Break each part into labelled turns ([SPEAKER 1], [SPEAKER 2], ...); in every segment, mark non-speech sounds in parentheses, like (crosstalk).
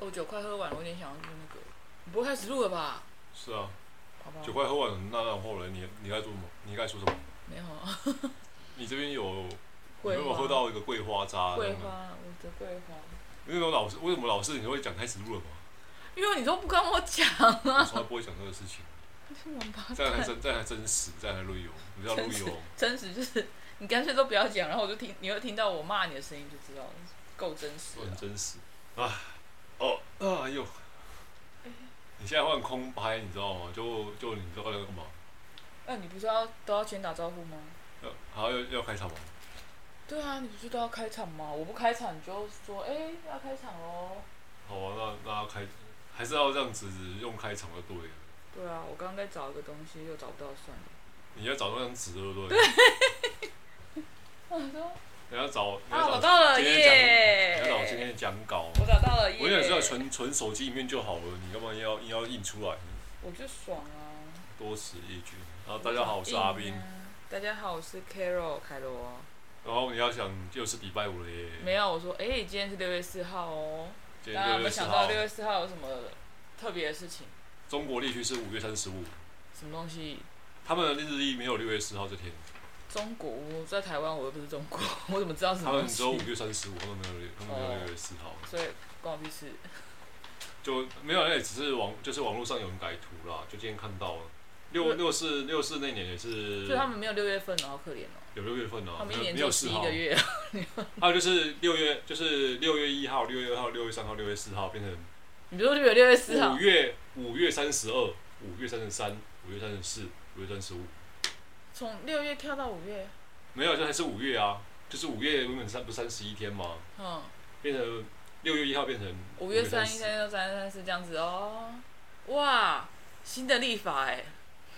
[SPEAKER 1] 哦，酒快喝完了，我有点想要去那个。你不会开始录了吧？
[SPEAKER 2] 是啊，
[SPEAKER 1] 好吧
[SPEAKER 2] 酒，快喝完，那然后呢？你你该做什么？你该说什么？
[SPEAKER 1] 没有啊。
[SPEAKER 2] 你这边有你
[SPEAKER 1] 桂
[SPEAKER 2] 有没有
[SPEAKER 1] 花
[SPEAKER 2] 喝到一啊个桂花渣？
[SPEAKER 1] 桂花，我的桂花。
[SPEAKER 2] 那种老师为什么老师你会讲开始录了吗？
[SPEAKER 1] 因为你都不跟我讲，
[SPEAKER 2] 我从来不会讲这个事
[SPEAKER 1] (laughs)
[SPEAKER 2] 情，
[SPEAKER 1] 你是王八
[SPEAKER 2] 这样
[SPEAKER 1] 蛋。
[SPEAKER 2] 才真这样才真实，这样才录用，你知道录
[SPEAKER 1] 真实
[SPEAKER 2] 用。
[SPEAKER 1] 真实就是你干脆都不要讲，然后我就听，你会听到我骂你的声音就知道了，够真实
[SPEAKER 2] 都很
[SPEAKER 1] 了。
[SPEAKER 2] 真实啊！哦啊哎呦！你现在换空拍，你知道吗？就就你知道要干嘛？
[SPEAKER 1] 那、你不是要都要先打招呼吗？
[SPEAKER 2] 要好要要开场吗？
[SPEAKER 1] 对啊，你不是都要开场吗？我不开场，你就说哎、要开场喽。
[SPEAKER 2] 好啊，那那要开还是要这样子用开场就对了。
[SPEAKER 1] 对啊，我刚刚在找一个东西，又找不到，算了。
[SPEAKER 2] 你要找那张纸对不
[SPEAKER 1] (laughs)
[SPEAKER 2] 对？对。
[SPEAKER 1] 我说
[SPEAKER 2] 你要找你
[SPEAKER 1] 啊，我找
[SPEAKER 2] 要找
[SPEAKER 1] 到了
[SPEAKER 2] 今天
[SPEAKER 1] 耶！
[SPEAKER 2] 讲，你要找今天讲稿。
[SPEAKER 1] 我找到了耶！
[SPEAKER 2] 我也是要存存手机里面就好了，你干嘛要硬要印出来？
[SPEAKER 1] 我就爽啊！
[SPEAKER 2] 多此一举。然哦后大家好，我是阿斌
[SPEAKER 1] 硬。啊。大家好，我是 Carol 凯罗。
[SPEAKER 2] 然后你要想，又是礼拜五了耶。
[SPEAKER 1] 没有，我说哎、今天是六月四号哦。
[SPEAKER 2] 今
[SPEAKER 1] 大家有
[SPEAKER 2] 天六
[SPEAKER 1] 没
[SPEAKER 2] 月
[SPEAKER 1] 有
[SPEAKER 2] 四
[SPEAKER 1] 想到
[SPEAKER 2] 号
[SPEAKER 1] 六。月四号有什么特别的事情？
[SPEAKER 2] 中国地区是五月三十五，
[SPEAKER 1] 什么东西？
[SPEAKER 2] 他们的日历没有六月四号这天，
[SPEAKER 1] 中国我在台湾，我又不是中国， (laughs) 我怎么知道什
[SPEAKER 2] 他
[SPEAKER 1] 么
[SPEAKER 2] 们
[SPEAKER 1] 东
[SPEAKER 2] 只有五
[SPEAKER 1] 西？
[SPEAKER 2] 月三十五，他们没有六，他们没有六月四号，
[SPEAKER 1] 所以关我屁事。
[SPEAKER 2] 就没有，那也只是网，就是网络上有人改图啦，就今天看到了。六
[SPEAKER 1] 对
[SPEAKER 2] 六四六四那年也是
[SPEAKER 1] 所以他们没有六月份哦，好可怜哦。
[SPEAKER 2] 有六月份啊，
[SPEAKER 1] 他
[SPEAKER 2] 没
[SPEAKER 1] 们一
[SPEAKER 2] 有
[SPEAKER 1] 年
[SPEAKER 2] 没
[SPEAKER 1] 就
[SPEAKER 2] 有
[SPEAKER 1] 十
[SPEAKER 2] 四
[SPEAKER 1] 一
[SPEAKER 2] 号
[SPEAKER 1] 个，月，
[SPEAKER 2] (laughs) 还有就是六月就是六月一号、六月二号、六月三号、六月四号变成
[SPEAKER 1] (laughs) 你说就有六月四号
[SPEAKER 2] 五？月五月三十二、五月三十三、五月三十四、五月三十五，
[SPEAKER 1] 从六月跳到五月，
[SPEAKER 2] 没有，这还是五月啊，就是五月原本三不是三十一天吗？
[SPEAKER 1] 嗯，
[SPEAKER 2] 变成六月一号变成
[SPEAKER 1] 五月三、一、
[SPEAKER 2] 30
[SPEAKER 1] 三、二、三、三、四这样子哦。哇，新的立法哎，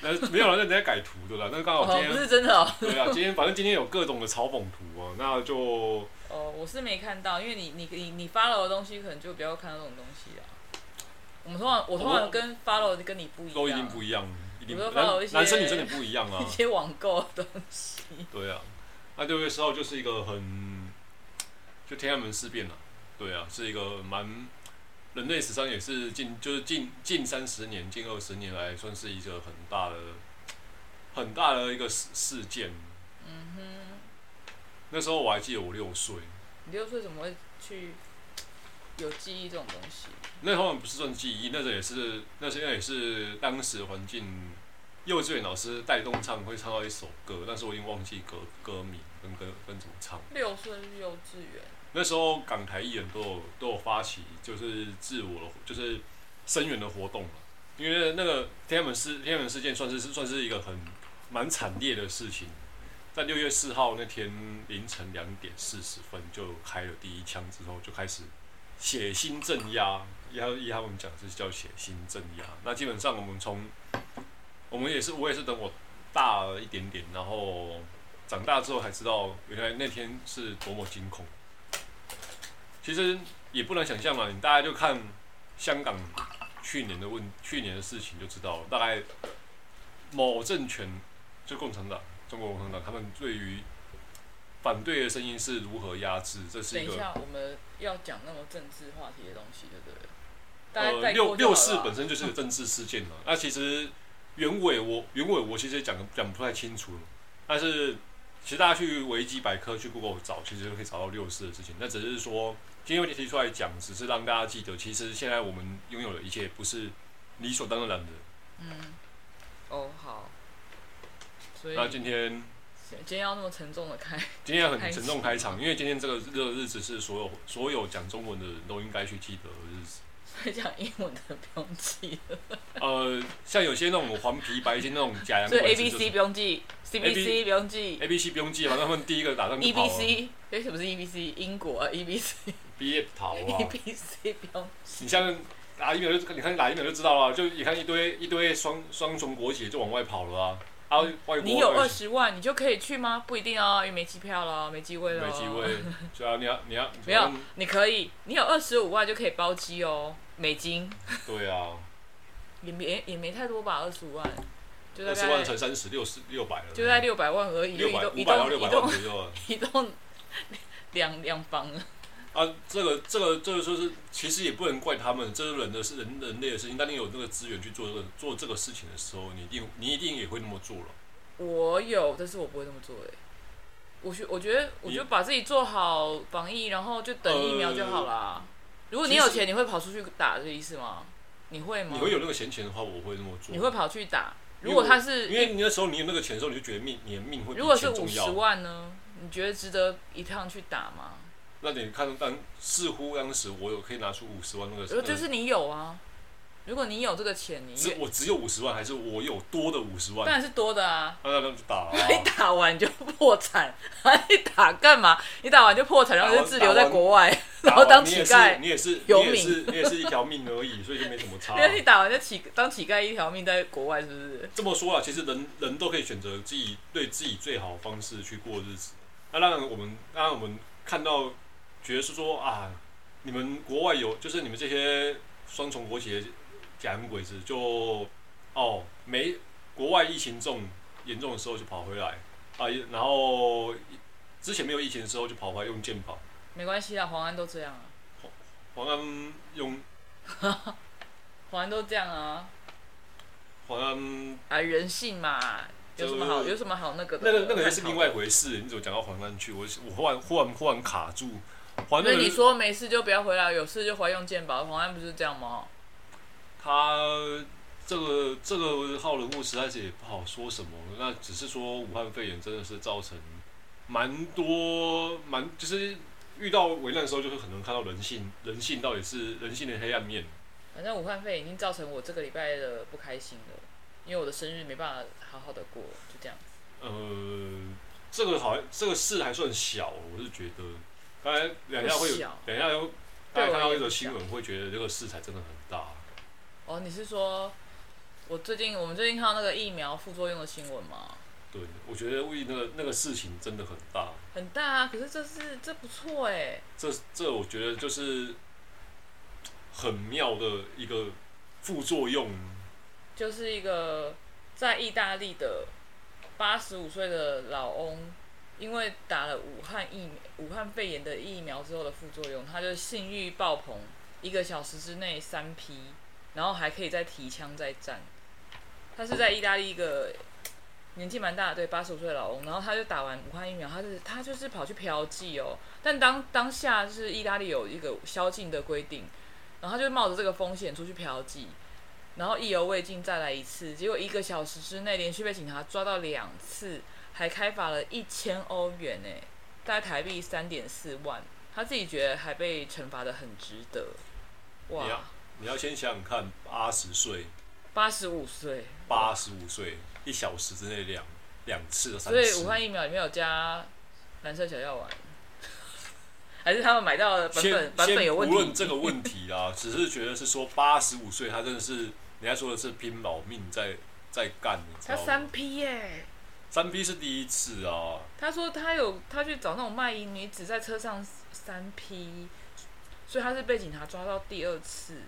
[SPEAKER 2] 那呃没有了，那人家改图的啦。那刚好
[SPEAKER 1] 哦
[SPEAKER 2] 今，
[SPEAKER 1] 不
[SPEAKER 2] 天
[SPEAKER 1] 是真的哦。
[SPEAKER 2] 对啊，今天反正今天有各种的嘲讽图啊，那就
[SPEAKER 1] 哦，我是没看到，因为你你你你 follow 的东西可能就比较看到这种东西啦。我们通常我通
[SPEAKER 2] 哦
[SPEAKER 1] 常跟 follow 的跟你不一样，
[SPEAKER 2] 都一定不一样，一定
[SPEAKER 1] 我都
[SPEAKER 2] 男
[SPEAKER 1] follow 一些
[SPEAKER 2] 男生女生也不一样啊
[SPEAKER 1] 一。些网购的东西。
[SPEAKER 2] 对啊，那六月十号就是一个很就天安门事变了、对啊，是一个蛮人类史上也是近就是近近三十年、近二十年来算是一个很大的很大的一个事事件。
[SPEAKER 1] 嗯哼，
[SPEAKER 2] 那时候我还记得我六岁，
[SPEAKER 1] 你六岁怎么会去有记忆这种东西？
[SPEAKER 2] 那好像不是算记忆，那个也是，那现在也是当时环境，幼稚园老师带动唱会唱到一首歌，但是我已经忘记歌歌名跟跟跟怎么唱。
[SPEAKER 1] 六岁是幼稚园，
[SPEAKER 2] 那时候港台艺人都有都有发起就是自我的就是声援的活动了，因为那个天安门事天安门事件算是算是一个很蛮惨烈的事情，在六月四号那天凌晨两点四十分就开了第一枪之后就开始血腥镇压，要依他们讲是叫血腥镇压。那基本上我们从我们也是我也是等我大了一点点，然后长大之后才知道原来那天是多么惊恐。其实也不难想象嘛，啊你大家就看香港去年的问去年的事情就知道了，大概某政权就共产党，中国共产党他们对于反对的声音是如何压制，这是
[SPEAKER 1] 等
[SPEAKER 2] 一
[SPEAKER 1] 一
[SPEAKER 2] 个。
[SPEAKER 1] 下我们要讲那么政治话题的东西，对不对了？大概
[SPEAKER 2] 呃，
[SPEAKER 1] 概
[SPEAKER 2] 六
[SPEAKER 1] 括就好
[SPEAKER 2] 六
[SPEAKER 1] 了啊
[SPEAKER 2] 四本身就是个政治事件嘛。那其实原委我原委我其实讲讲不太清楚，但是其实大家去维基百科去 Google 找，其实就可以找到六四的事情。那只是说今天问题提出来讲，只是让大家记得，其实现在我们拥有的一切不是理所当然的。
[SPEAKER 1] 嗯，哦好，所以
[SPEAKER 2] 那今天
[SPEAKER 1] 今天要那么沉重的开， (laughs)
[SPEAKER 2] 今天很沉重开场，因为今天这个这个日子是所有所有讲中文的人都应该去记得的日子。
[SPEAKER 1] 所以讲英文的不用记了，
[SPEAKER 2] 呃，像有些那种黄皮白金那种假洋
[SPEAKER 1] 所
[SPEAKER 2] 鬼
[SPEAKER 1] 以
[SPEAKER 2] 子
[SPEAKER 1] A B
[SPEAKER 2] 就是
[SPEAKER 1] C 不用记，C B C 不用记
[SPEAKER 2] A B 哎 C 不用记嘛，那他们第一个打上就
[SPEAKER 1] ，E
[SPEAKER 2] 跑
[SPEAKER 1] B
[SPEAKER 2] 了
[SPEAKER 1] C 为什么是 E B C？英国啊，E B C
[SPEAKER 2] 毕业
[SPEAKER 1] (laughs)
[SPEAKER 2] 跑
[SPEAKER 1] E
[SPEAKER 2] 啊！
[SPEAKER 1] B C 不用
[SPEAKER 2] (laughs) 你像打疫苗就你看打疫苗就知道了，就你看一堆一堆双双重国籍就往外跑了啊！啊，外国
[SPEAKER 1] 你有
[SPEAKER 2] 外
[SPEAKER 1] 二
[SPEAKER 2] 国
[SPEAKER 1] 十万，你就可以去吗？不一定哦，因为没机票了，没机位了。
[SPEAKER 2] 没机。会，对啊，你要你要
[SPEAKER 1] 哦 (laughs) 没有，你可以，你有二十五万就可以包机哦，美金
[SPEAKER 2] 对啊，
[SPEAKER 1] 也没也没太多吧，二十五万，就大
[SPEAKER 2] 二十万
[SPEAKER 1] 概
[SPEAKER 2] 乘三十六十六百了，
[SPEAKER 1] 就在六百万而已，就
[SPEAKER 2] 六
[SPEAKER 1] 移
[SPEAKER 2] 百
[SPEAKER 1] 动移动
[SPEAKER 2] 五百到六
[SPEAKER 1] 移
[SPEAKER 2] 百万
[SPEAKER 1] 动
[SPEAKER 2] 左右啊，
[SPEAKER 1] 移动两两房了，
[SPEAKER 2] 啊，这个这个这个就是，其实也不能怪他们，这是人的是人人类的事情。当你有这个资源去做这个做这个事情的时候，你一定你一定也会那么做了。
[SPEAKER 1] 我有，但是我不会这么做哎、我觉我觉得我
[SPEAKER 2] 你
[SPEAKER 1] 就把自己做好防疫，然后就等疫苗就好啦。如果你
[SPEAKER 2] 呃其实
[SPEAKER 1] 有钱，你会跑出去打这意思吗？你会吗？
[SPEAKER 2] 你会有那个闲钱的话，我会那么
[SPEAKER 1] 啊
[SPEAKER 2] 做。
[SPEAKER 1] 你会跑去打？
[SPEAKER 2] 因为
[SPEAKER 1] 如果他
[SPEAKER 2] 因
[SPEAKER 1] 是
[SPEAKER 2] 为你那时候你有那个钱的时候，你就觉得命你的命会比
[SPEAKER 1] 如果是
[SPEAKER 2] 钱
[SPEAKER 1] 五
[SPEAKER 2] 重
[SPEAKER 1] 十
[SPEAKER 2] 要。
[SPEAKER 1] 万呢？你觉得值得一趟去打吗？
[SPEAKER 2] 那你看当似乎当时我有可以拿出五十万那个，
[SPEAKER 1] 呃就是你有啊。如果你有这个钱，你
[SPEAKER 2] 呃只
[SPEAKER 1] 也
[SPEAKER 2] 我只有五十万，还是我有多的五十
[SPEAKER 1] 当
[SPEAKER 2] 万？
[SPEAKER 1] 然是多的啊。
[SPEAKER 2] 那那那就打啊、
[SPEAKER 1] (laughs) 你打完就破产， (laughs) 你打干嘛？你打完就破产，然后就滞留在国外，然
[SPEAKER 2] 打
[SPEAKER 1] 后
[SPEAKER 2] 完
[SPEAKER 1] 当乞丐。
[SPEAKER 2] 你也是你
[SPEAKER 1] 游
[SPEAKER 2] 也
[SPEAKER 1] 民
[SPEAKER 2] 是你也是你也是一条命而已，所以就没什么差
[SPEAKER 1] (laughs) 因。为你打完就乞当乞丐一条命在国外，是不是？
[SPEAKER 2] 这么说啊，其实人人都可以选择自己对自己最好的方式去过日子。那当然，我们当然我们看到，觉得是说啊，你们国外有，就是你们这些双重国籍的假洋鬼子，就哦没国外疫情重严重的时候就跑回来啊，然后之前没有疫情的时候就跑回来用健保，
[SPEAKER 1] 没关系啦，黄安都这样啊，
[SPEAKER 2] 黄安用
[SPEAKER 1] 黄安都这样啊，
[SPEAKER 2] 黄安
[SPEAKER 1] 啊，人性嘛，有什么好
[SPEAKER 2] 就
[SPEAKER 1] 有什么好那个的？
[SPEAKER 2] 那个那个又是另
[SPEAKER 1] 探讨的
[SPEAKER 2] 外一回事，你怎么讲到黄安去？我我忽然忽然忽然卡住，黄
[SPEAKER 1] 所
[SPEAKER 2] 安那
[SPEAKER 1] 以
[SPEAKER 2] 个
[SPEAKER 1] 你说没事就不要回来，有事就怀用健保。黄安不是这样吗？
[SPEAKER 2] 哦他这个这个号人物实在是也不好说什么，那只是说武汉肺炎真的是造成嗯蛮多蛮就是遇到危难的时候，就是很能看到人性，人性到底是人性的黑暗面。
[SPEAKER 1] 反正武汉肺炎已经造成我这个礼拜的不开心了，因为我的生日没办法好好的过，就这样。
[SPEAKER 2] 呃，这个好像这个事还算小，我是觉得，刚才两下会
[SPEAKER 1] 不
[SPEAKER 2] 有
[SPEAKER 1] 小，
[SPEAKER 2] 等一下又
[SPEAKER 1] 对
[SPEAKER 2] 大家
[SPEAKER 1] 我
[SPEAKER 2] 看到
[SPEAKER 1] 也
[SPEAKER 2] 一则
[SPEAKER 1] 不
[SPEAKER 2] 新
[SPEAKER 1] 小
[SPEAKER 2] 闻，会觉得这个事才真的很大。
[SPEAKER 1] 哦，你是说我最近我们最近看到那个疫苗副作用的新闻吗？
[SPEAKER 2] 对，我觉得为那个那个事情真的很大。
[SPEAKER 1] 很大啊，可是这是这不错哎、
[SPEAKER 2] 这这我觉得就是很妙的一个副作用。
[SPEAKER 1] 就是一个在意大利的八十五岁的老翁，因为打了武汉疫武汉肺炎的疫苗之后的副作用，他就性欲爆棚，一个小时之内三批，然后还可以再提枪再战。他是在意大利一个年纪蛮大的，对，八十五岁的老翁，然后他就打完武汉疫苗，他就是他就是跑去嫖妓哦。但当当下就是意大利有一个宵禁的规定，然后他就冒着这个风险出去嫖妓，然后意犹未尽再来一次，结果一个小时之内连续被警察抓到两次，还开罚了一千欧元呢，大概台币三点四万。他自己觉得还被惩罚的很值得，哇！
[SPEAKER 2] 你要你要先想想看，八十岁、
[SPEAKER 1] 八十五岁，
[SPEAKER 2] 八十五岁，一小时之内两两次、三
[SPEAKER 1] 所以武汉
[SPEAKER 2] 次，
[SPEAKER 1] 疫苗里面有加蓝色小药丸， (laughs) 还是他们买到的版本版本
[SPEAKER 2] 先
[SPEAKER 1] 有
[SPEAKER 2] 不
[SPEAKER 1] 问
[SPEAKER 2] 论
[SPEAKER 1] 题？
[SPEAKER 2] 这个问题啊，只是觉得是说八十五岁，他真的是人家说的是拼老命在在干，你知
[SPEAKER 1] 他
[SPEAKER 2] 道吗
[SPEAKER 1] 三批耶、
[SPEAKER 2] 三 P 是第一次啊，
[SPEAKER 1] 他说他有他去找那种卖淫女子在车上三批，所以他是被警察抓到第二次。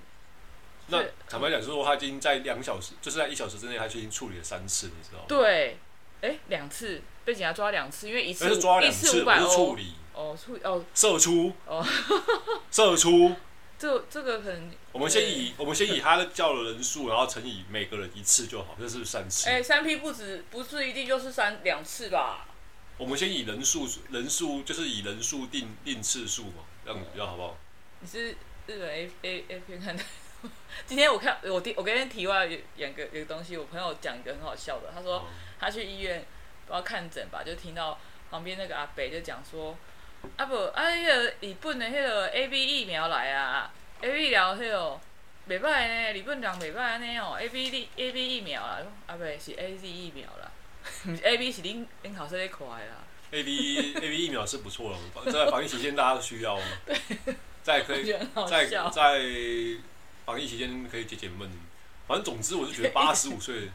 [SPEAKER 2] 那
[SPEAKER 1] 是
[SPEAKER 2] 坦白讲说，他已经在两小时，就是在一小时之内，他就已经处理了三次，你知道吗？
[SPEAKER 1] 对，哎、两次被警察抓两次，因为一次
[SPEAKER 2] 但是抓
[SPEAKER 1] 一
[SPEAKER 2] 两
[SPEAKER 1] 次
[SPEAKER 2] 次，
[SPEAKER 1] 五
[SPEAKER 2] 不
[SPEAKER 1] 百
[SPEAKER 2] 是处
[SPEAKER 1] 欧。
[SPEAKER 2] 理。
[SPEAKER 1] 哦，处哦，
[SPEAKER 2] 射出
[SPEAKER 1] 哦，
[SPEAKER 2] (laughs) 射出。
[SPEAKER 1] 这这个很
[SPEAKER 2] 我们先以我们先以他的叫的人数，然后乘以每个人一次就好，这是三次。
[SPEAKER 1] 哎、三批不止不是一定就是三两次吧？
[SPEAKER 2] 我们先以人数人数就是以人数定定次数嘛，这样子比较好不好？
[SPEAKER 1] 你是日本 A A A 片看的？ (laughs) 今天我看我第我跟天题外有两个有个东西，我朋友讲一个很好笑的，他说
[SPEAKER 2] 哦
[SPEAKER 1] 他去医院不知道看诊吧，就听到旁边那个阿北就讲说，啊不啊迄、那个日本的迄个 A B 疫苗来啊，A B 疫苗迄、那个袂歹呢，日本人袂歹安尼哦，A B A B 疫苗啦，阿伯是 A Z 疫苗啦， (laughs) 毋是 A B 是恁恁头先咧看的啦，
[SPEAKER 2] A B A B (laughs) 疫苗是不错了，在防疫期间大家都需
[SPEAKER 1] (laughs)
[SPEAKER 2] 要。对，在可
[SPEAKER 1] 我
[SPEAKER 2] 以
[SPEAKER 1] 觉得很好
[SPEAKER 2] 在
[SPEAKER 1] 笑。
[SPEAKER 2] 在防疫期间可以解解闷。反正总之，我
[SPEAKER 1] (laughs)
[SPEAKER 2] 是觉得八十五岁，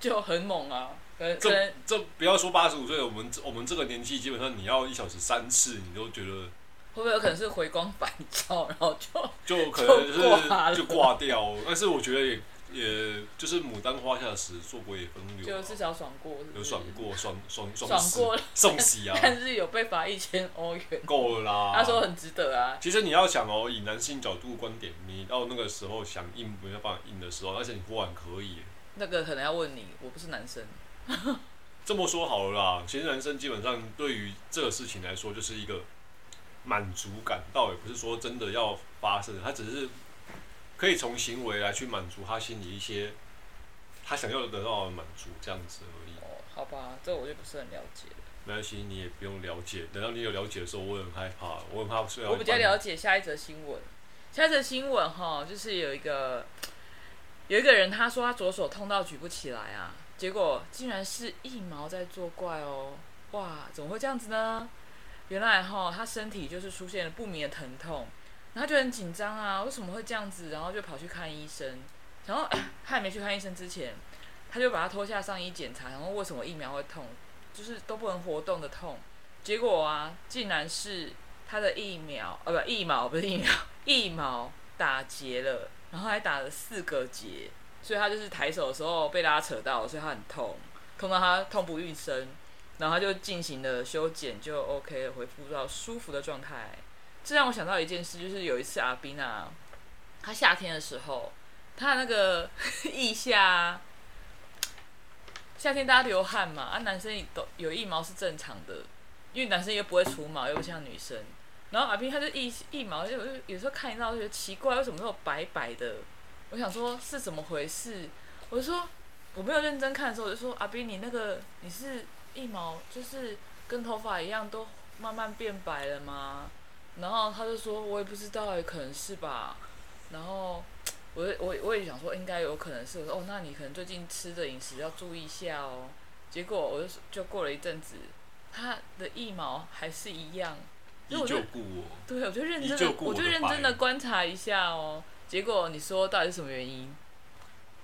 [SPEAKER 1] 就很猛啊，可能可能
[SPEAKER 2] 这这不要说八十五岁，我们我们这个年纪，基本上你要一小时三次，你都觉得
[SPEAKER 1] 会不会有可能是回光返照，然后就
[SPEAKER 2] 啊就可能就是
[SPEAKER 1] 就挂了
[SPEAKER 2] 就挂掉。但是我觉得也，也就是牡丹花下时，硕果也风流、
[SPEAKER 1] 就
[SPEAKER 2] 啊。
[SPEAKER 1] 至少爽过是不是，
[SPEAKER 2] 有爽过，爽爽
[SPEAKER 1] 爽
[SPEAKER 2] 死
[SPEAKER 1] 过了
[SPEAKER 2] 送喜啊，
[SPEAKER 1] 但是有被罚一千欧元，
[SPEAKER 2] 够了啦。
[SPEAKER 1] 他说 (laughs) 很值得啊。
[SPEAKER 2] 其实你要想哦，以男性角度观点，你到那个时候想硬没办法硬的时候，而且你忽然可以耶，
[SPEAKER 1] 那个可能要问你，我不是男生，
[SPEAKER 2] 这么说好了啦。其实男生基本上对于这个事情来说，就是一个满足感，倒也不是说真的要发生，他只是可以从行为来去满足他心里一些他想要得到的满足这样子而已。
[SPEAKER 1] 哦，好吧，这我就不是很了解了。
[SPEAKER 2] 没关系，你也不用了解。等到你有了解的时候，我很害怕，啊我很怕睡到一半。
[SPEAKER 1] 我比较了解下一则新闻。下一则新闻哈，就是有一个有一个人，他说他左手痛到举不起来啊，结果竟然是一毛在作怪哦！哇，怎么会这样子呢？原来哈，他身体就是出现了不明的疼痛，然后就很紧张啊，为什么会这样子？然后就跑去看医生，然后 (clears throat) 他还没去看医生之前，他就把他脱下上衣检查，然后为什么疫苗会痛，就是都不能活动的痛，结果啊，竟然是他的疫苗，呃，不，疫苗不是疫苗， (laughs) 疫苗打结了，然后还打了四个结，所以他就是抬手的时候被拉扯到，所以他很痛，痛到他痛不欲生，然后他就进行了修剪，就 OK 了，恢复到舒服的状态。这让我想到一件事，就是有一次阿斌啊，他夏天的时候，他的那个 (laughs) 腋下啊，夏天大家流汗嘛，啊，男生也都有腋毛是正常的，因为男生又不会除毛，又不像女生。然后阿斌他就一一毛，就有时候看到就觉得奇怪，为什么那种白白的？我想说是怎么回事？我就说我没有认真看的时候，我就说阿斌你那个你是一毛，就是跟头发一样都慢慢变白了吗？然后他就说我也不知道欸，可能是吧。然后我也我也我也想说应该有可能是，我说哦，那你可能最近吃的饮食要注意一下哦。结果我就就过了一阵子，他的腋毛还是一样。
[SPEAKER 2] 依旧故我。
[SPEAKER 1] 对，我就认真
[SPEAKER 2] 依旧
[SPEAKER 1] 的，
[SPEAKER 2] 顾
[SPEAKER 1] 我
[SPEAKER 2] 我
[SPEAKER 1] 就
[SPEAKER 2] 的
[SPEAKER 1] 认
[SPEAKER 2] 白
[SPEAKER 1] 真的观察一下哦。结果你说到底是什么原因？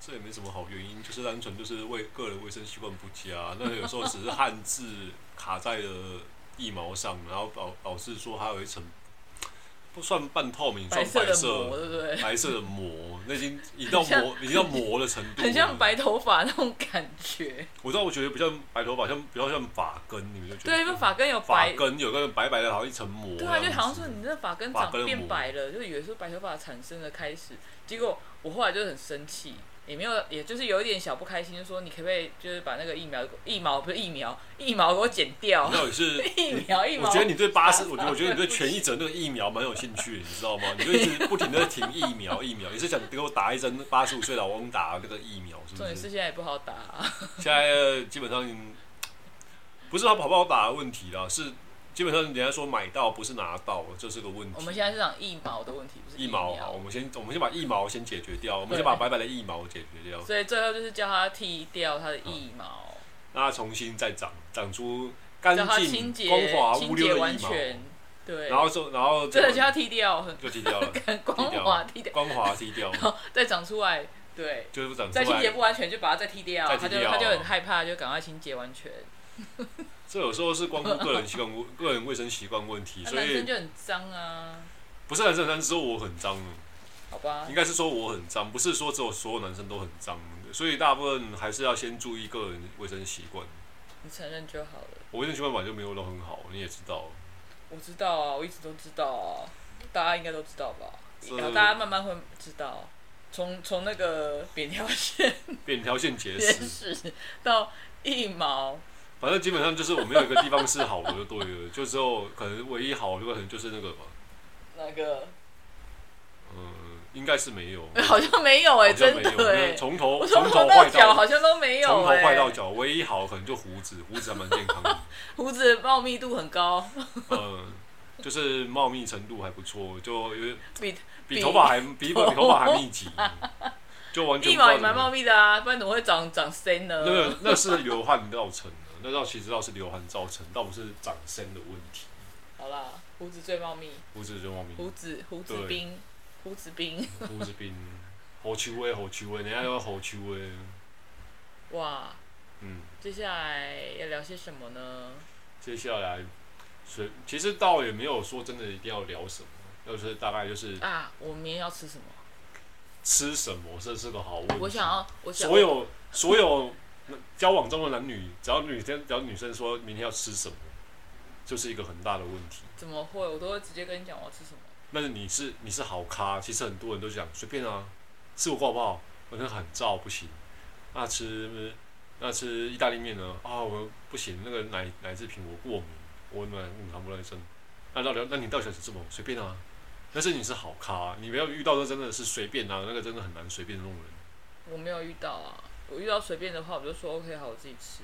[SPEAKER 2] 这也没什么好原因，就是单纯就是为个人卫生习惯不佳，啊那有时候只是汗渍卡在了腋毛上，然后导导致说它有一层不算半透明，算
[SPEAKER 1] 白色
[SPEAKER 2] 白
[SPEAKER 1] 的
[SPEAKER 2] 色
[SPEAKER 1] 膜，对不对？
[SPEAKER 2] 白色的膜，那已
[SPEAKER 1] (laughs)
[SPEAKER 2] 经已经到
[SPEAKER 1] 很像
[SPEAKER 2] 膜已经到膜的程度了，
[SPEAKER 1] 很像白头发那种感觉。
[SPEAKER 2] 我知道，我觉得比较白头发，像比较像发根，你们就觉得
[SPEAKER 1] 对，因为发根有
[SPEAKER 2] 发
[SPEAKER 1] 白，
[SPEAKER 2] 根有个白白的，好像一层膜这
[SPEAKER 1] 对
[SPEAKER 2] 样
[SPEAKER 1] 啊，
[SPEAKER 2] 子，
[SPEAKER 1] 就好像说你这发根
[SPEAKER 2] 发
[SPEAKER 1] 长
[SPEAKER 2] 根的
[SPEAKER 1] 变
[SPEAKER 2] 膜
[SPEAKER 1] 白了，就以为是白头发产生的开始。结果我后来就很生气，也没有，也就是有一点小不开心，就说你可不可以就是把那个疫苗疫苗不是疫苗疫苗给我剪掉
[SPEAKER 2] 你，到
[SPEAKER 1] (laughs)
[SPEAKER 2] 底是
[SPEAKER 1] 疫苗疫
[SPEAKER 2] 我
[SPEAKER 1] 苗。
[SPEAKER 2] 觉得你对巴士，我觉得我觉得你对权益者那个疫苗蛮有兴趣的，你知道吗？你就一直不停的停疫苗疫苗，你是想给我打一针八十五岁老翁打那个疫苗是
[SPEAKER 1] 重
[SPEAKER 2] 不
[SPEAKER 1] 点是
[SPEAKER 2] 是？
[SPEAKER 1] 现在也不好打啊、
[SPEAKER 2] 现在基本上不是他跑不好打的问题啦，是基本上人家说买到不是拿到，这是个问
[SPEAKER 1] 我们
[SPEAKER 2] 题。
[SPEAKER 1] 现在是讲疫苗的问题，不是
[SPEAKER 2] 疫
[SPEAKER 1] 苗
[SPEAKER 2] 苗好，我们先我们先把疫苗先解决掉，我们先把白白的疫苗解决掉，
[SPEAKER 1] 所以最后就是叫他剃掉他的腋毛，
[SPEAKER 2] 让它重新再长长出嗯干
[SPEAKER 1] 叫他清
[SPEAKER 2] 净
[SPEAKER 1] 洁、
[SPEAKER 2] 光滑
[SPEAKER 1] 清
[SPEAKER 2] 无
[SPEAKER 1] 洁
[SPEAKER 2] 溜的
[SPEAKER 1] 完
[SPEAKER 2] 疫苗，
[SPEAKER 1] 全，对，
[SPEAKER 2] 然后说然后
[SPEAKER 1] 真的叫他剃掉，很
[SPEAKER 2] 就剃掉了，
[SPEAKER 1] 很光滑剃掉，
[SPEAKER 2] 光滑剃掉了。
[SPEAKER 1] 然后再长出来，对，
[SPEAKER 2] 就是长出
[SPEAKER 1] 再清洁
[SPEAKER 2] 来。
[SPEAKER 1] 不完全就把它再剃掉，
[SPEAKER 2] 再
[SPEAKER 1] 他
[SPEAKER 2] 剃
[SPEAKER 1] 就
[SPEAKER 2] 掉
[SPEAKER 1] 他就很害怕，就赶快清洁完全。
[SPEAKER 2] 这有时候是光顾个人习惯、 (laughs) 个人卫生习惯问题，
[SPEAKER 1] 那
[SPEAKER 2] 所
[SPEAKER 1] 啊男生
[SPEAKER 2] 以
[SPEAKER 1] 就很脏啊，
[SPEAKER 2] 不是男生，男生只有我很脏，
[SPEAKER 1] 好吧
[SPEAKER 2] 应，该是说我很脏，不是说只有所有男生都很脏，所以大部分还是要先注意个人卫生习惯。
[SPEAKER 1] 你承认就好了。
[SPEAKER 2] 我卫生习惯本来就没有都很好，你也知道，
[SPEAKER 1] 我知道啊，我一直都知道啊，大家应该都知道吧？
[SPEAKER 2] 是
[SPEAKER 1] 然后大家慢慢会知道，从从那个扁条 (laughs) 线
[SPEAKER 2] 扁条线结
[SPEAKER 1] 原
[SPEAKER 2] 石，
[SPEAKER 1] 始到腋毛。
[SPEAKER 2] 反正基本上就是我没有一个地方是好的就对了，就只有可能唯一好的可能就是那个吧，
[SPEAKER 1] 那个
[SPEAKER 2] 嗯，应该是
[SPEAKER 1] (laughs)
[SPEAKER 2] 没有，好
[SPEAKER 1] 好像没有哎、
[SPEAKER 2] 像
[SPEAKER 1] 真
[SPEAKER 2] 没
[SPEAKER 1] 的
[SPEAKER 2] 有，
[SPEAKER 1] 哎、
[SPEAKER 2] 那从头
[SPEAKER 1] 我
[SPEAKER 2] 从
[SPEAKER 1] 从头
[SPEAKER 2] 头
[SPEAKER 1] 到
[SPEAKER 2] 坏
[SPEAKER 1] 脚
[SPEAKER 2] 到
[SPEAKER 1] 好像都没
[SPEAKER 2] 从
[SPEAKER 1] 有
[SPEAKER 2] 头
[SPEAKER 1] 哎、
[SPEAKER 2] 坏到脚，唯一好可能就胡子，胡子还蛮健康的。
[SPEAKER 1] 胡子的茂密度很高， (laughs)
[SPEAKER 2] 呃，就是茂密程度还不错，就有
[SPEAKER 1] 比
[SPEAKER 2] 比头发还比比头发还密集，就完全
[SPEAKER 1] 腋
[SPEAKER 2] 不知道
[SPEAKER 1] 毛也
[SPEAKER 2] 怎么
[SPEAKER 1] 蛮茂密的啊，不然怎么会长长深呢？
[SPEAKER 2] 那个那是流汗造成的，那道其实倒是流汗造成，倒不是长身的问题，
[SPEAKER 1] 好啦，胡子最茂密，
[SPEAKER 2] 胡子就茂密，
[SPEAKER 1] 胡子胡子兵，胡子兵， (laughs)
[SPEAKER 2] 胡子病，猴球诶，猴球诶，人家要猴球诶，
[SPEAKER 1] 哇！
[SPEAKER 2] 嗯，
[SPEAKER 1] 接下来要聊些什么呢？
[SPEAKER 2] 接下来，所以其实倒也没有说真的一定要聊什么，就是大概就是
[SPEAKER 1] 啊，我们明天要吃什么？
[SPEAKER 2] 吃什么，这是个好问题。
[SPEAKER 1] 我想要，我想
[SPEAKER 2] 嗯所有所有交往中的男女，只要女生只要女生说明天要吃什么，就是一个很大的问题。
[SPEAKER 1] 怎么会？我都会直接跟你讲我要吃什么。
[SPEAKER 2] 但是你是你是好咖，其实很多人都讲随便啊，吃火锅好不好？我那很燥不行，那吃那吃意大利面呢？啊，我不行，那个奶奶制品我过敏，我奶乳糖不耐症。那啊到底那你到底想吃什么？随便啊。但是你是好咖，你不要遇到这真的是随便啊，那个真的很难随便的那种人。
[SPEAKER 1] 我没有遇到啊，我遇到随便的话，我就说 OK，好，我自己吃。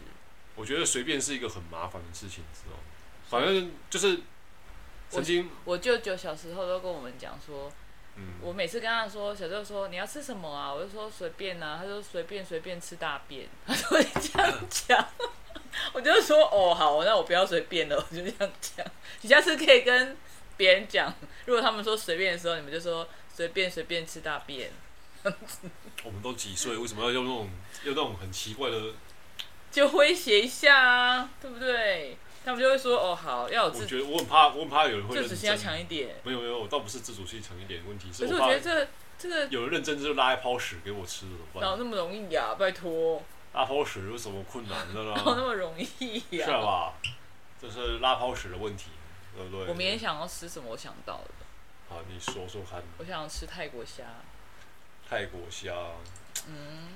[SPEAKER 2] 我觉得随便是一个很麻烦的事情，知道吗？反正就是曾经，
[SPEAKER 1] 我舅舅小时候都跟我们讲说，
[SPEAKER 2] 嗯，
[SPEAKER 1] 我每次跟他说，小舅说你要吃什么啊，我就说随便啊，他就随便随便吃大便， (laughs) 他就会这样讲。我就说哦好，那我不要随便了，我就这样讲。你下次可以跟别人讲，如果他们说随便的时候，你们就说随便随便吃大便。
[SPEAKER 2] 我们都几
[SPEAKER 1] 嗯
[SPEAKER 2] 岁，为什么要用那种用那种很奇怪的？
[SPEAKER 1] 就诙谐一下啊，对不对？他们就会说哦好，要有
[SPEAKER 2] 我
[SPEAKER 1] 自
[SPEAKER 2] 觉得我很怕，我很怕有人会
[SPEAKER 1] 就
[SPEAKER 2] 认
[SPEAKER 1] 只是要
[SPEAKER 2] 真。
[SPEAKER 1] 强一点。
[SPEAKER 2] 没有没有，我倒不是自主性强一点的问题，是
[SPEAKER 1] 可是
[SPEAKER 2] 我
[SPEAKER 1] 我
[SPEAKER 2] 怕
[SPEAKER 1] 觉得这这个
[SPEAKER 2] 有人认真就拉一泡屎给我吃怎么
[SPEAKER 1] 哪有
[SPEAKER 2] 办？
[SPEAKER 1] 那么容易呀、拜托，
[SPEAKER 2] 拉泡屎有什么困难
[SPEAKER 1] (laughs)
[SPEAKER 2] 的
[SPEAKER 1] 哪有那
[SPEAKER 2] 呢？
[SPEAKER 1] 么容易啊
[SPEAKER 2] 啊是啊
[SPEAKER 1] 呀、
[SPEAKER 2] 吧？这是拉泡屎的问题，对不对？
[SPEAKER 1] 我明天想要吃什么，我想到了，
[SPEAKER 2] 好，你说说看，
[SPEAKER 1] 我想要吃泰国虾。
[SPEAKER 2] 泰国虾，
[SPEAKER 1] 嗯，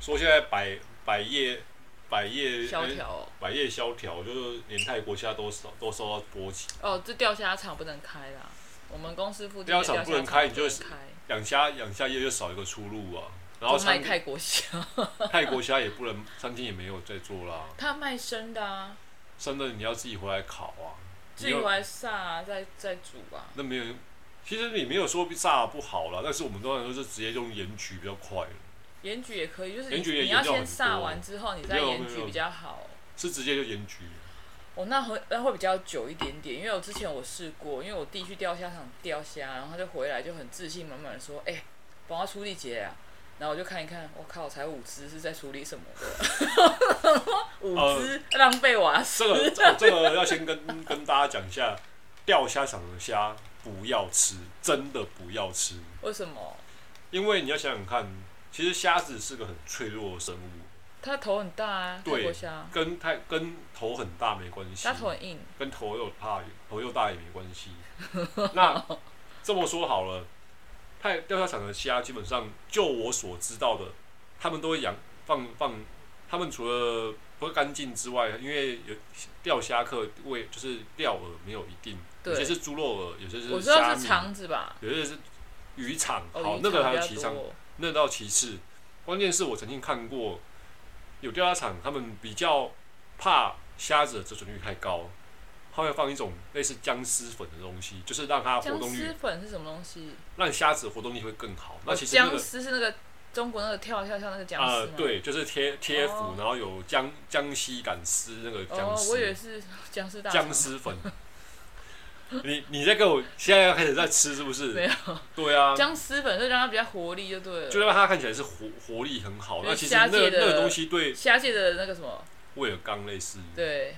[SPEAKER 2] 说现在百百业百业
[SPEAKER 1] 萧条哦，
[SPEAKER 2] 百业萧条，就是连泰国虾都受都受到波及。
[SPEAKER 1] 哦，这钓虾场不能开啦。我们公司附近的
[SPEAKER 2] 钓虾
[SPEAKER 1] 虾
[SPEAKER 2] 场不能开
[SPEAKER 1] 场
[SPEAKER 2] 你就是
[SPEAKER 1] 不能开
[SPEAKER 2] 养虾养虾业就少一个出路啊。然后
[SPEAKER 1] 都卖
[SPEAKER 2] 餐
[SPEAKER 1] 泰国虾，
[SPEAKER 2] 泰国虾也不能，餐厅也没有在做啦。
[SPEAKER 1] 他卖生的啊，
[SPEAKER 2] 真的你要自己回来烤啊，
[SPEAKER 1] 自
[SPEAKER 2] 你
[SPEAKER 1] 己
[SPEAKER 2] 有
[SPEAKER 1] 回来煞、啊，再再煮啊。
[SPEAKER 2] 那没有。其实你没有说炸不好啦，但是我们通常都是直接用盐焗比较快了，
[SPEAKER 1] 盐焗也可以，就是
[SPEAKER 2] 盐焗也
[SPEAKER 1] 你要
[SPEAKER 2] 盐料
[SPEAKER 1] 先
[SPEAKER 2] 很
[SPEAKER 1] 煞
[SPEAKER 2] 多
[SPEAKER 1] 完之后，你再
[SPEAKER 2] 没有
[SPEAKER 1] 盐
[SPEAKER 2] 没有
[SPEAKER 1] 焗比较好。
[SPEAKER 2] 是直接就盐焗。
[SPEAKER 1] 哦，那会那会比较久一点点，因为我之前我试过，因为我弟去钓虾场钓虾，然后他就回来就很自信满满的说：“哎、帮他处理节啊。”然后我就看一看，我靠，才五只是在处理什么的？ (laughs) 五
[SPEAKER 2] 哦
[SPEAKER 1] 只、浪费瓦斯。
[SPEAKER 2] 这
[SPEAKER 1] (laughs)
[SPEAKER 2] 个这这个要先跟跟大家讲一下，钓虾场的虾不要吃，真的不要吃，
[SPEAKER 1] 为什么？
[SPEAKER 2] 因为你要想想看，其实虾子是个很脆弱的生物，
[SPEAKER 1] 他头很大啊，泰
[SPEAKER 2] 对
[SPEAKER 1] 国虾，
[SPEAKER 2] 跟太跟头很大没关系
[SPEAKER 1] 他，头很硬，
[SPEAKER 2] 跟头又大头又大也没关
[SPEAKER 1] (laughs)
[SPEAKER 2] 系。那这么说好了，太钓虾场的虾，基本上就我所知道的，他们都会养放放，他们除了不干净之外，因为有钓虾客为就是钓饵没有一定，有
[SPEAKER 1] 对
[SPEAKER 2] 些是猪肉饵，有些
[SPEAKER 1] 我
[SPEAKER 2] 是
[SPEAKER 1] 知道
[SPEAKER 2] 虾
[SPEAKER 1] 是
[SPEAKER 2] 米，
[SPEAKER 1] 肠子吧？
[SPEAKER 2] 有些是渔场。
[SPEAKER 1] 哦，
[SPEAKER 2] 好，
[SPEAKER 1] 鱼
[SPEAKER 2] 那个还
[SPEAKER 1] 肠
[SPEAKER 2] 有
[SPEAKER 1] 比
[SPEAKER 2] 其
[SPEAKER 1] 较
[SPEAKER 2] 上，
[SPEAKER 1] 多
[SPEAKER 2] 那到其次，关键是我曾经看过有钓虾场，他们比较怕虾子的折损率太高，他会放一种类似姜丝粉的东西，就是让它活
[SPEAKER 1] 姜
[SPEAKER 2] 动
[SPEAKER 1] 丝
[SPEAKER 2] 率，
[SPEAKER 1] 粉是什么东西？
[SPEAKER 2] 让虾子的活动力会更好。那
[SPEAKER 1] 哦
[SPEAKER 2] 其实那
[SPEAKER 1] 姜
[SPEAKER 2] 个
[SPEAKER 1] 丝是那个中国那个跳跳跳那个姜
[SPEAKER 2] 啊、
[SPEAKER 1] 丝吗？。
[SPEAKER 2] 对，就是贴贴
[SPEAKER 1] 哦
[SPEAKER 2] 符，然后有姜姜西赶丝那个
[SPEAKER 1] 哦
[SPEAKER 2] 姜，
[SPEAKER 1] 我以为
[SPEAKER 2] 丝
[SPEAKER 1] 是姜丝大肠
[SPEAKER 2] 姜丝粉。 (laughs) 你你在跟我现在要开始在吃是不
[SPEAKER 1] (laughs) 没
[SPEAKER 2] 是？
[SPEAKER 1] 有
[SPEAKER 2] 对啊，
[SPEAKER 1] 姜丝粉，就让它比较活力就对了。
[SPEAKER 2] 就让它看起来是活活力很好。
[SPEAKER 1] 就是
[SPEAKER 2] 那其实
[SPEAKER 1] 虾
[SPEAKER 2] 那
[SPEAKER 1] 界
[SPEAKER 2] 个那个
[SPEAKER 1] 的
[SPEAKER 2] 东西对
[SPEAKER 1] 虾界的那个什么，
[SPEAKER 2] 威尔刚类似，
[SPEAKER 1] 对，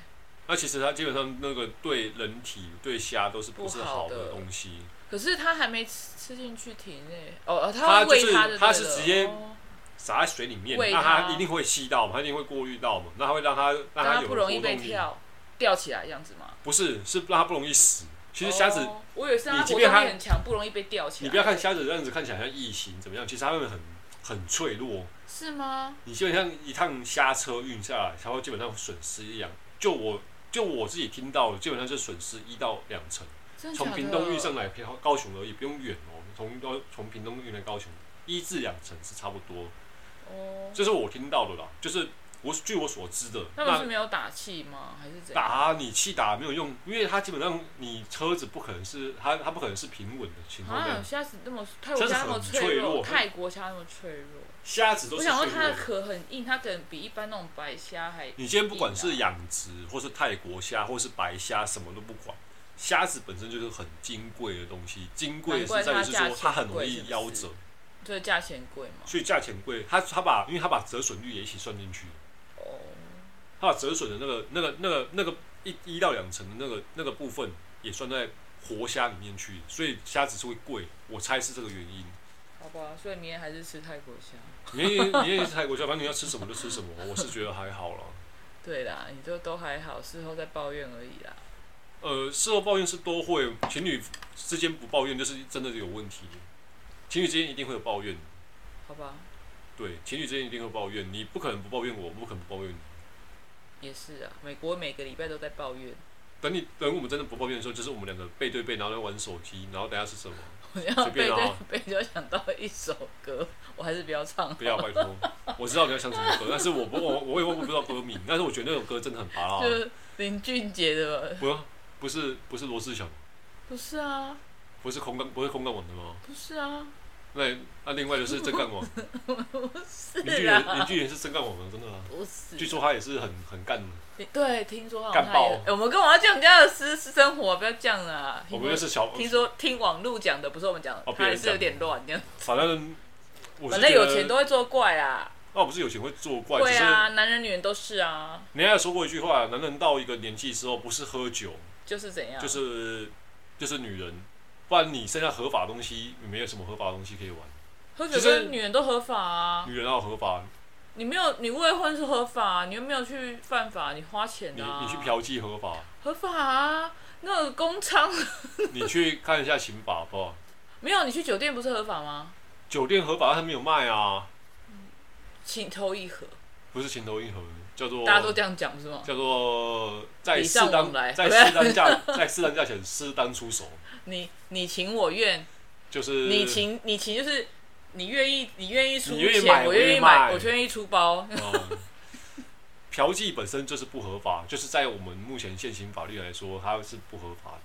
[SPEAKER 2] 那其实它基本上那个对人体、对虾都是不是好的东西。
[SPEAKER 1] 可是它还没吃吃进去体内，哦，哦
[SPEAKER 2] 它
[SPEAKER 1] 它
[SPEAKER 2] 就
[SPEAKER 1] 会
[SPEAKER 2] 是
[SPEAKER 1] 喂它的，
[SPEAKER 2] 它是直接
[SPEAKER 1] 哦
[SPEAKER 2] 撒在水里面，
[SPEAKER 1] 喂
[SPEAKER 2] 那
[SPEAKER 1] 它
[SPEAKER 2] 它一定会吸到嘛，它一定会过滤到嘛，那它会让它让
[SPEAKER 1] 让
[SPEAKER 2] 它
[SPEAKER 1] 它
[SPEAKER 2] 有
[SPEAKER 1] 不
[SPEAKER 2] 活动
[SPEAKER 1] 容易
[SPEAKER 2] 力，
[SPEAKER 1] 被跳吊起来这样子嘛。
[SPEAKER 2] 不是是让它不容易死。其实虾子，
[SPEAKER 1] 哦，我以为是它
[SPEAKER 2] 你即
[SPEAKER 1] 活动力
[SPEAKER 2] 便它
[SPEAKER 1] 很强，不容易被吊起来。
[SPEAKER 2] 你不要看虾子这样子看起来像异形怎么样，其实它们很很脆弱。
[SPEAKER 1] 是吗？
[SPEAKER 2] 你基本上一趟虾车运下来，它会基本上损失一两，就我就我自己听到的，基本上是损失一到两成。
[SPEAKER 1] 真的假
[SPEAKER 2] 从
[SPEAKER 1] 的？
[SPEAKER 2] 屏东运上来高雄而已，不用远哦，从都从屏东运来高雄，一至两成是差不多。
[SPEAKER 1] 哦，
[SPEAKER 2] 这是我听到的啦，就是我据我所知的。
[SPEAKER 1] 他们是
[SPEAKER 2] 那
[SPEAKER 1] 没有打气吗？还是怎样？啊
[SPEAKER 2] 打你气打没有用，因为它基本上你车子不可能是它它不可能是平稳的情况
[SPEAKER 1] 啊，
[SPEAKER 2] 下，
[SPEAKER 1] 虾子那么泰国虾那么
[SPEAKER 2] 真的很脆弱
[SPEAKER 1] 泰国虾那么脆弱。
[SPEAKER 2] 虾子都
[SPEAKER 1] 我
[SPEAKER 2] 是
[SPEAKER 1] 想
[SPEAKER 2] 脆
[SPEAKER 1] 说它
[SPEAKER 2] 弱
[SPEAKER 1] 的
[SPEAKER 2] 的。
[SPEAKER 1] 壳很硬，它可能比一般那种白虾还……
[SPEAKER 2] 你今天不管是
[SPEAKER 1] 啊
[SPEAKER 2] 养殖或是泰国虾或是白虾，什么都不管，虾子本身就是很金贵的东西，金贵是在于是
[SPEAKER 1] 难
[SPEAKER 2] 说
[SPEAKER 1] 怪
[SPEAKER 2] 它
[SPEAKER 1] 它价钱贵
[SPEAKER 2] 很容易
[SPEAKER 1] 是不哦是
[SPEAKER 2] 夭折，
[SPEAKER 1] 对，价钱贵嘛。
[SPEAKER 2] 所以价钱贵。它它把因为它把折损率也一起算进去。
[SPEAKER 1] 哦，
[SPEAKER 2] 它折损的那个、那个、那个、那个一一到两层的那个那个部分也算在活虾里面去，所以虾子是会贵，我猜是这个原因。
[SPEAKER 1] 好吧，所以明天还是吃泰国虾。
[SPEAKER 2] 你也你也是泰国虾，反正你要吃什么就吃什么，我是觉得还好啦。
[SPEAKER 1] 对啦，你就都还好，事后再抱怨而已啦。
[SPEAKER 2] 呃，事后抱怨是都会，情侣之间不抱怨就是真的有问题，情侣之间一定会有抱怨，
[SPEAKER 1] 好吧，
[SPEAKER 2] 对，情侣之间一定会抱怨，你不可能不抱怨我，我不可能不抱怨你。
[SPEAKER 1] 也是啊，美国每个礼拜都在抱怨， (laughs)
[SPEAKER 2] 等你等我们真的不抱怨的时候，就是我们两个背对背，然后在玩手机，然后等下是什么？
[SPEAKER 1] 我要
[SPEAKER 2] 随
[SPEAKER 1] 背
[SPEAKER 2] 便
[SPEAKER 1] 对
[SPEAKER 2] 啊
[SPEAKER 1] 背就想到一首歌， (laughs) 我还是不要唱。
[SPEAKER 2] 不要拜托，我知道你要想什么歌，但是我不我我也忘不知道歌名，但是我觉得那首歌真的很拔拉
[SPEAKER 1] 就。是林俊杰的吧，
[SPEAKER 2] 不不是不是罗志祥，
[SPEAKER 1] 不是啊，
[SPEAKER 2] 不是空干不是空干网的吗？
[SPEAKER 1] 不是啊，
[SPEAKER 2] 那那另外就是
[SPEAKER 1] (laughs)
[SPEAKER 2] 真干网，
[SPEAKER 1] 不是
[SPEAKER 2] 林俊杰林
[SPEAKER 1] 啦，
[SPEAKER 2] 俊杰是真干网的，真的啊。
[SPEAKER 1] 不是。
[SPEAKER 2] 据说他也是很很干的，
[SPEAKER 1] 对，听说好像
[SPEAKER 2] 干
[SPEAKER 1] 他
[SPEAKER 2] 爆
[SPEAKER 1] 也、欸我们干嘛要讲人家的私私生活？不要这样啊！
[SPEAKER 2] 我们就是小，
[SPEAKER 1] 听说听网路讲的，不是我们讲的，
[SPEAKER 2] 哦
[SPEAKER 1] 他
[SPEAKER 2] 别
[SPEAKER 1] 也
[SPEAKER 2] 人
[SPEAKER 1] 是有点乱这样。
[SPEAKER 2] 反正我
[SPEAKER 1] 反
[SPEAKER 2] 是
[SPEAKER 1] 正
[SPEAKER 2] 觉
[SPEAKER 1] 有钱
[SPEAKER 2] 得，
[SPEAKER 1] 都会作怪啊，
[SPEAKER 2] 哦，不是有钱会作怪，只
[SPEAKER 1] 会
[SPEAKER 2] 是
[SPEAKER 1] 啊，男人女人都是啊，
[SPEAKER 2] 人家有说过一句话，男人到一个年纪之后，不是喝酒
[SPEAKER 1] 就是怎样，
[SPEAKER 2] 就是就是女人，不然你剩下合法的东西，你没有什么合法的东西可以玩。
[SPEAKER 1] 喝酒
[SPEAKER 2] 其实
[SPEAKER 1] 跟女人都合法啊。
[SPEAKER 2] 女人要合法，
[SPEAKER 1] 你没有，你未婚是合法、啊你又没有去犯法，你花钱
[SPEAKER 2] 你
[SPEAKER 1] 的、啊，
[SPEAKER 2] 你去嫖妓合法，
[SPEAKER 1] 合法啊。那个工厂
[SPEAKER 2] 你去看一下刑法好不好？
[SPEAKER 1] (laughs) 没有，你去酒店不是合法吗？
[SPEAKER 2] 酒店合法，他没有卖啊，
[SPEAKER 1] 情投意合，
[SPEAKER 2] 不是情投意合，叫做
[SPEAKER 1] 大家都这样讲不是吗？
[SPEAKER 2] 叫做在
[SPEAKER 1] 礼
[SPEAKER 2] 适
[SPEAKER 1] 尚
[SPEAKER 2] 当
[SPEAKER 1] 往来
[SPEAKER 2] 在适当价在适当价钱适当出手，
[SPEAKER 1] 你你情我愿，
[SPEAKER 2] 就是
[SPEAKER 1] 你情你情就是你愿意，你愿意出
[SPEAKER 2] 你愿意
[SPEAKER 1] 钱，
[SPEAKER 2] 买
[SPEAKER 1] 我
[SPEAKER 2] 我
[SPEAKER 1] 愿
[SPEAKER 2] 愿
[SPEAKER 1] 意
[SPEAKER 2] 意
[SPEAKER 1] 买，
[SPEAKER 2] 卖
[SPEAKER 1] 我愿意出包。 (laughs)
[SPEAKER 2] 嗯，嫖妓本身就是不合法，就是在我们目前现行法律来说，它是不合法的。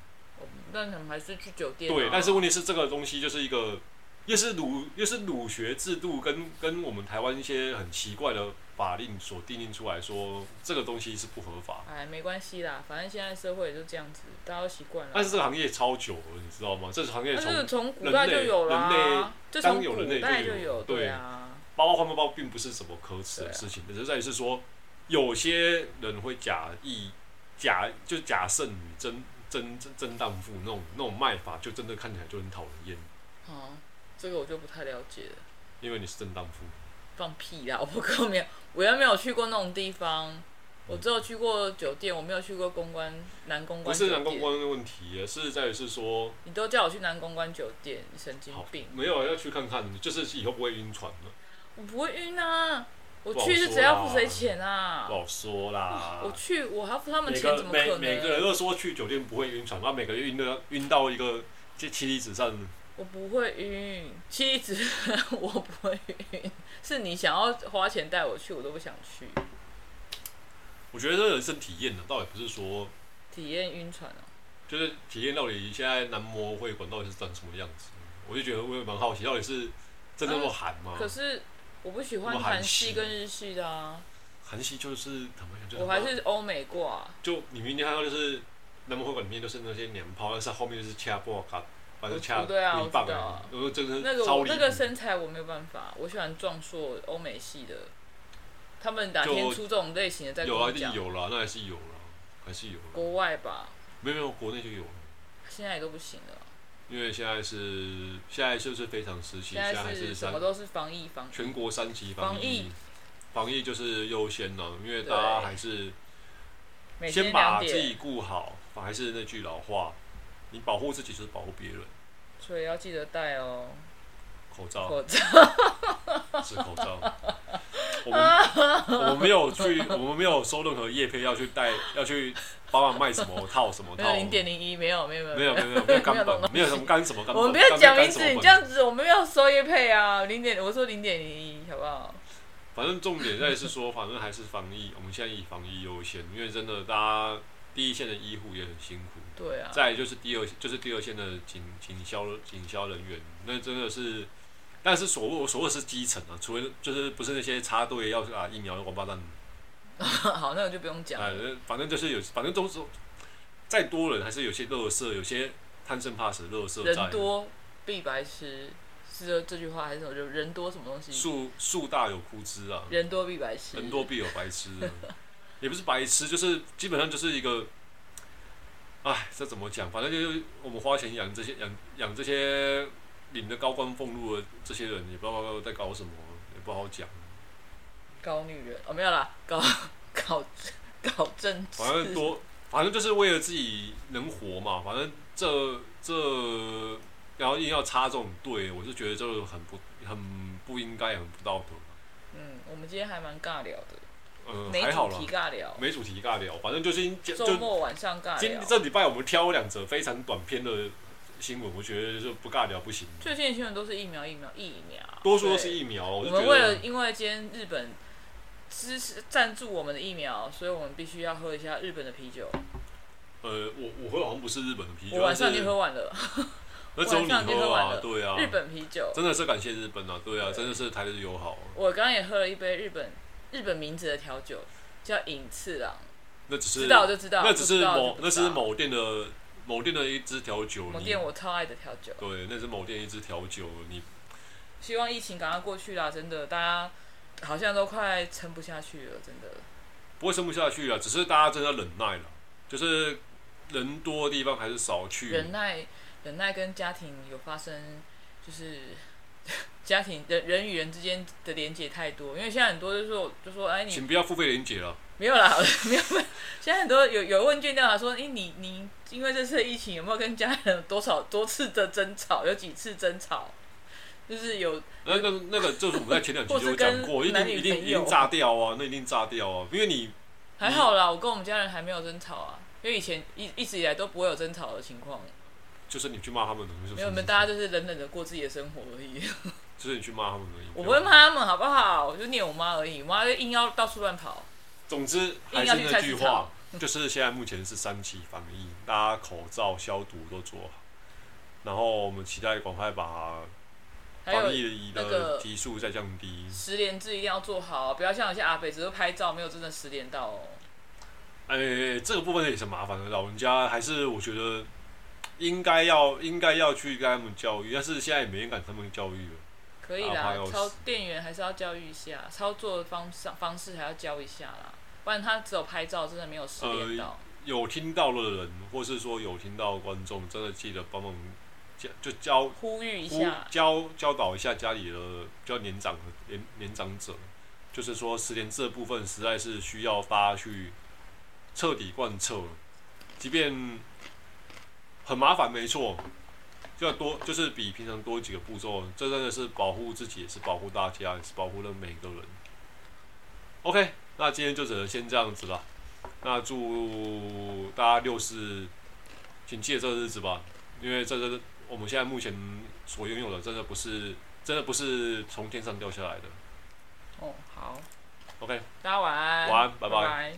[SPEAKER 1] 那你们还是去酒店、啊。
[SPEAKER 2] 对，但是问题是这个东西就是一个，又是儒又是儒学制度跟跟我们台湾一些很奇怪的法令所定定出来说，这个东西是不合法。
[SPEAKER 1] 哎，没关系啦，反正现在社会也就这样子，大家都习惯了。
[SPEAKER 2] 但是这个行业超久了，你知道吗？这个行业
[SPEAKER 1] 但
[SPEAKER 2] 从
[SPEAKER 1] 是从古啊代就有啦，
[SPEAKER 2] 人类
[SPEAKER 1] 就
[SPEAKER 2] 当
[SPEAKER 1] 从
[SPEAKER 2] 有人
[SPEAKER 1] 古
[SPEAKER 2] 类
[SPEAKER 1] 代
[SPEAKER 2] 就
[SPEAKER 1] 就
[SPEAKER 2] 有对
[SPEAKER 1] 对啊，
[SPEAKER 2] 包包换包包并不是什么可耻
[SPEAKER 1] 对
[SPEAKER 2] 的
[SPEAKER 1] 啊
[SPEAKER 2] 事情，只是在于是说，有些人会假意假就假剩女真真真真荡妇那种那种卖法，就真的看起来就很讨人厌，
[SPEAKER 1] 好，哦这个我就不太了解了。
[SPEAKER 2] 因为你是真荡妇。
[SPEAKER 1] 放屁啦！我不过没有，我又没有去过那种地方，我只有去过酒店，我没有去过公关男公
[SPEAKER 2] 不
[SPEAKER 1] 关。
[SPEAKER 2] 是男公，关的问题，是在于是说，
[SPEAKER 1] 你都叫我去男公关酒店，你神经
[SPEAKER 2] 好
[SPEAKER 1] 病！
[SPEAKER 2] 没有要去看看，就是以后不会晕船了，
[SPEAKER 1] 我不会晕啊，我
[SPEAKER 2] 不好
[SPEAKER 1] 去是
[SPEAKER 2] 说
[SPEAKER 1] 谁要付
[SPEAKER 2] 啦
[SPEAKER 1] 谁钱啊
[SPEAKER 2] 不？好说啦。
[SPEAKER 1] 我去，我还要付他们
[SPEAKER 2] 每
[SPEAKER 1] 钱，
[SPEAKER 2] 个
[SPEAKER 1] 怎么可
[SPEAKER 2] 每
[SPEAKER 1] 能？
[SPEAKER 2] 每个人都说去酒店不会晕船，那每个人晕的晕到一个这妻离子散，
[SPEAKER 1] 我不会晕，妻子 (laughs) 我不会晕，是你想要花钱带我去，我都不想去。
[SPEAKER 2] 我觉得这人生体验啊呢，倒也不是说
[SPEAKER 1] 体验晕船哦、
[SPEAKER 2] 就是体验到底现在男模会馆到底是长什么样子，我就觉得我也蛮好奇，到底是真的那么寒吗？
[SPEAKER 1] 可是我不喜
[SPEAKER 2] 哦那
[SPEAKER 1] 欢
[SPEAKER 2] 么韩
[SPEAKER 1] 韩系
[SPEAKER 2] 系啊
[SPEAKER 1] 跟日系的啊，
[SPEAKER 2] 韩系就是坦白讲，就是
[SPEAKER 1] 我还是欧美挂、啊
[SPEAKER 2] 就你明天看到就是男模会馆里面都是那些娘炮，但是后面就是掐波卡，反正掐
[SPEAKER 1] 我对啊
[SPEAKER 2] 一棒
[SPEAKER 1] 我知道啊
[SPEAKER 2] 我说真的
[SPEAKER 1] 那
[SPEAKER 2] 是
[SPEAKER 1] 个
[SPEAKER 2] 超
[SPEAKER 1] 我
[SPEAKER 2] 离谱
[SPEAKER 1] 那个身材我没有办法，我喜欢壮硕欧美系的。他们哪天
[SPEAKER 2] 就
[SPEAKER 1] 出这种类型的再跟
[SPEAKER 2] 有啊，
[SPEAKER 1] 我
[SPEAKER 2] 一定
[SPEAKER 1] 讲。
[SPEAKER 2] 有啦，那还是有啦，还是有啦，
[SPEAKER 1] 国外吧，
[SPEAKER 2] 没有没有，国内就有了。
[SPEAKER 1] 现在也都不行了。
[SPEAKER 2] 因为现在是现在就是非常时期，
[SPEAKER 1] 现
[SPEAKER 2] 现在
[SPEAKER 1] 在
[SPEAKER 2] 还
[SPEAKER 1] 是
[SPEAKER 2] 是
[SPEAKER 1] 什
[SPEAKER 2] 三
[SPEAKER 1] 么都是防疫防疫。
[SPEAKER 2] 全国三级
[SPEAKER 1] 防
[SPEAKER 2] 防
[SPEAKER 1] 疫
[SPEAKER 2] 疫，防疫就是优先了，因为
[SPEAKER 1] 对
[SPEAKER 2] 大家还是
[SPEAKER 1] 每天
[SPEAKER 2] 先把
[SPEAKER 1] 两
[SPEAKER 2] 自
[SPEAKER 1] 点，
[SPEAKER 2] 己顾好，还是那句老话，你保护自己就是保护别人。
[SPEAKER 1] 所以要记得带哦。
[SPEAKER 2] 口罩
[SPEAKER 1] 口罩
[SPEAKER 2] 是口罩，
[SPEAKER 1] (laughs)
[SPEAKER 2] 我们我们没有去，我们没有收任何叶配要去带，要去帮忙卖什么套什么
[SPEAKER 1] 没有
[SPEAKER 2] 套，
[SPEAKER 1] 零点零一，没有没有没有
[SPEAKER 2] 没有没有没有没有冈本，没有什么干什么冈本，
[SPEAKER 1] 我们不要讲名字，
[SPEAKER 2] 干什
[SPEAKER 1] 你
[SPEAKER 2] 么本
[SPEAKER 1] 这样子我们要收业配啊，零点我说零点零一，好不好？
[SPEAKER 2] 反正重点在是说，反正还是防疫，我们现在以防疫优先，因为真的大家第一线的医护也很辛苦，
[SPEAKER 1] 对啊，
[SPEAKER 2] 再来就是第二就是第二线的警警消警消人员，那真的是，但是所谓我所谓是基层啊，除了就是不是那些插队要啊疫苗的王八蛋，
[SPEAKER 1] (laughs) 好，那我就不用讲
[SPEAKER 2] 哎
[SPEAKER 1] 了。，
[SPEAKER 2] 反正就是有，反正都是再多人还是有些乐色，有些贪生怕死乐色在
[SPEAKER 1] 人。多必白痴，是这这句话还是什么？就人多什么东西？
[SPEAKER 2] 树树大有枯枝啊，
[SPEAKER 1] 人多必白痴。
[SPEAKER 2] 人多必有白痴、 (laughs) 啊，也不是白痴，就是基本上就是一个，哎，这怎么讲？反正就是我们花钱养这些养养这些领着高官俸禄的这些人，也不知道在搞什么，也不好讲。
[SPEAKER 1] 搞女人哦，没有啦，搞 (laughs) 搞搞政治，
[SPEAKER 2] 反正多，反正就是为了自己能活嘛。反正这这，然后硬要插这种队，我是觉得这个很不很不应该，很不道德。
[SPEAKER 1] 嗯，我们今天还蛮尬聊的，
[SPEAKER 2] 嗯、
[SPEAKER 1] 没
[SPEAKER 2] 还好
[SPEAKER 1] 主
[SPEAKER 2] 啦
[SPEAKER 1] 题，尬聊，
[SPEAKER 2] 没主题尬聊，反正就是就
[SPEAKER 1] 周末晚上尬
[SPEAKER 2] 今
[SPEAKER 1] 聊。
[SPEAKER 2] 这礼拜我们挑两则非常短篇的新闻，我觉得就不尬聊不行。
[SPEAKER 1] 最近的新闻都是疫苗，疫苗，疫苗，
[SPEAKER 2] 多数都是
[SPEAKER 1] 对
[SPEAKER 2] 疫苗，我
[SPEAKER 1] 我
[SPEAKER 2] 就觉
[SPEAKER 1] 们为了
[SPEAKER 2] 得
[SPEAKER 1] 因为今天日本支持赞助我们的疫苗，所以我们必须要喝一下日本的啤酒。
[SPEAKER 2] 呃，我我喝好像不是日本的啤酒，
[SPEAKER 1] 我晚上已
[SPEAKER 2] 但
[SPEAKER 1] 经
[SPEAKER 2] 是
[SPEAKER 1] 喝完了，
[SPEAKER 2] 那只有你
[SPEAKER 1] 晚上已经喝完
[SPEAKER 2] 啊
[SPEAKER 1] 了，
[SPEAKER 2] 对啊，
[SPEAKER 1] 日本啤酒。
[SPEAKER 2] 真的是感谢日本啊，对啊，
[SPEAKER 1] 对
[SPEAKER 2] 真的是台日友好啊，
[SPEAKER 1] 我刚刚也喝了一杯日本日本名字的调酒，叫隐次郎，
[SPEAKER 2] 那只是
[SPEAKER 1] 知道就知道，
[SPEAKER 2] 那只
[SPEAKER 1] 不
[SPEAKER 2] 是
[SPEAKER 1] 知道就
[SPEAKER 2] 某
[SPEAKER 1] 不
[SPEAKER 2] 那
[SPEAKER 1] 知
[SPEAKER 2] 是
[SPEAKER 1] 道
[SPEAKER 2] 某店的某店的一支调酒，
[SPEAKER 1] 某
[SPEAKER 2] 你
[SPEAKER 1] 店我超爱的调酒。
[SPEAKER 2] 对，那是某店一支调酒，你
[SPEAKER 1] 希望疫情赶快过去啦，真的，大家好像都快撑不下去了，真的。
[SPEAKER 2] 不会撑不下去啊，只是大家真的忍耐了，就是人多的地方还是少去，
[SPEAKER 1] 忍耐，忍耐跟家庭有发生，就是 (laughs) 家庭人人与人之间的连接太多，因为现在很多就说就说哎你
[SPEAKER 2] 请不要付费连结了，
[SPEAKER 1] 没有啦， (laughs) 没有没有，现在很多有有问卷调查说，哎、你你因为这次疫情有没有跟家人有多少多次的争吵，有几次争吵，就是有
[SPEAKER 2] 那那那个就是我们在前两集
[SPEAKER 1] 或
[SPEAKER 2] 就是有讲过，一
[SPEAKER 1] 跟男
[SPEAKER 2] 定
[SPEAKER 1] 女
[SPEAKER 2] 一定
[SPEAKER 1] 朋
[SPEAKER 2] 一
[SPEAKER 1] 友
[SPEAKER 2] 定炸掉啊，那一定炸掉啊，因为你
[SPEAKER 1] 还好啦，我跟我们家人还没有争吵啊，因为以前一一直以来都不会有争吵的情况，
[SPEAKER 2] 就是你去骂他们的，就是
[SPEAKER 1] 没有，你们大家就是冷冷的过自己的生活而已。
[SPEAKER 2] 就是你去骂他们而已。
[SPEAKER 1] 我不会骂。他们好不好？我就念我妈而已，我妈就硬要到处乱跑。
[SPEAKER 2] 总之还是那句话，就是现在目前是三级防疫，大家口罩消毒都做好，然后我们期待赶快把
[SPEAKER 1] 还
[SPEAKER 2] 防
[SPEAKER 1] 有
[SPEAKER 2] 疫
[SPEAKER 1] 那个
[SPEAKER 2] 的级数再降低。
[SPEAKER 1] 十连制一定要做好，不要像有些阿北只是拍照，没有真的十连到哦。
[SPEAKER 2] 哎、这个部分也是麻烦的，老人家还是我觉得应该要应该要去跟他们教育，但是现在也没人敢跟他们教育了。
[SPEAKER 1] 可以
[SPEAKER 2] 啊
[SPEAKER 1] 啦
[SPEAKER 2] 还有，
[SPEAKER 1] 操店员还是要教育一下，操作方上方式还要教一下啦，不然他只有拍照，真的没有十连到。
[SPEAKER 2] 有听到的人，或是说有听到的观众，真的记得帮忙教就教
[SPEAKER 1] 呼吁一
[SPEAKER 2] 呼
[SPEAKER 1] 下，
[SPEAKER 2] 教教导一下家里的比较年长的年年长者，就是说十连这部分实在是需要大家去彻底贯彻，即便很麻烦，没错，就要多就是比平常多几个步骤，这真的是保护自己，也是保护大家，也是保护了每个人。OK，那今天就只能先这样子了。那祝大家六四，请记得这个日子吧，因为这个我们现在目前所拥有的，真的不是真的不是从天上掉下来的。
[SPEAKER 1] 哦，好，
[SPEAKER 2] OK，
[SPEAKER 1] 大家晚安，
[SPEAKER 2] 晚安拜拜
[SPEAKER 1] 拜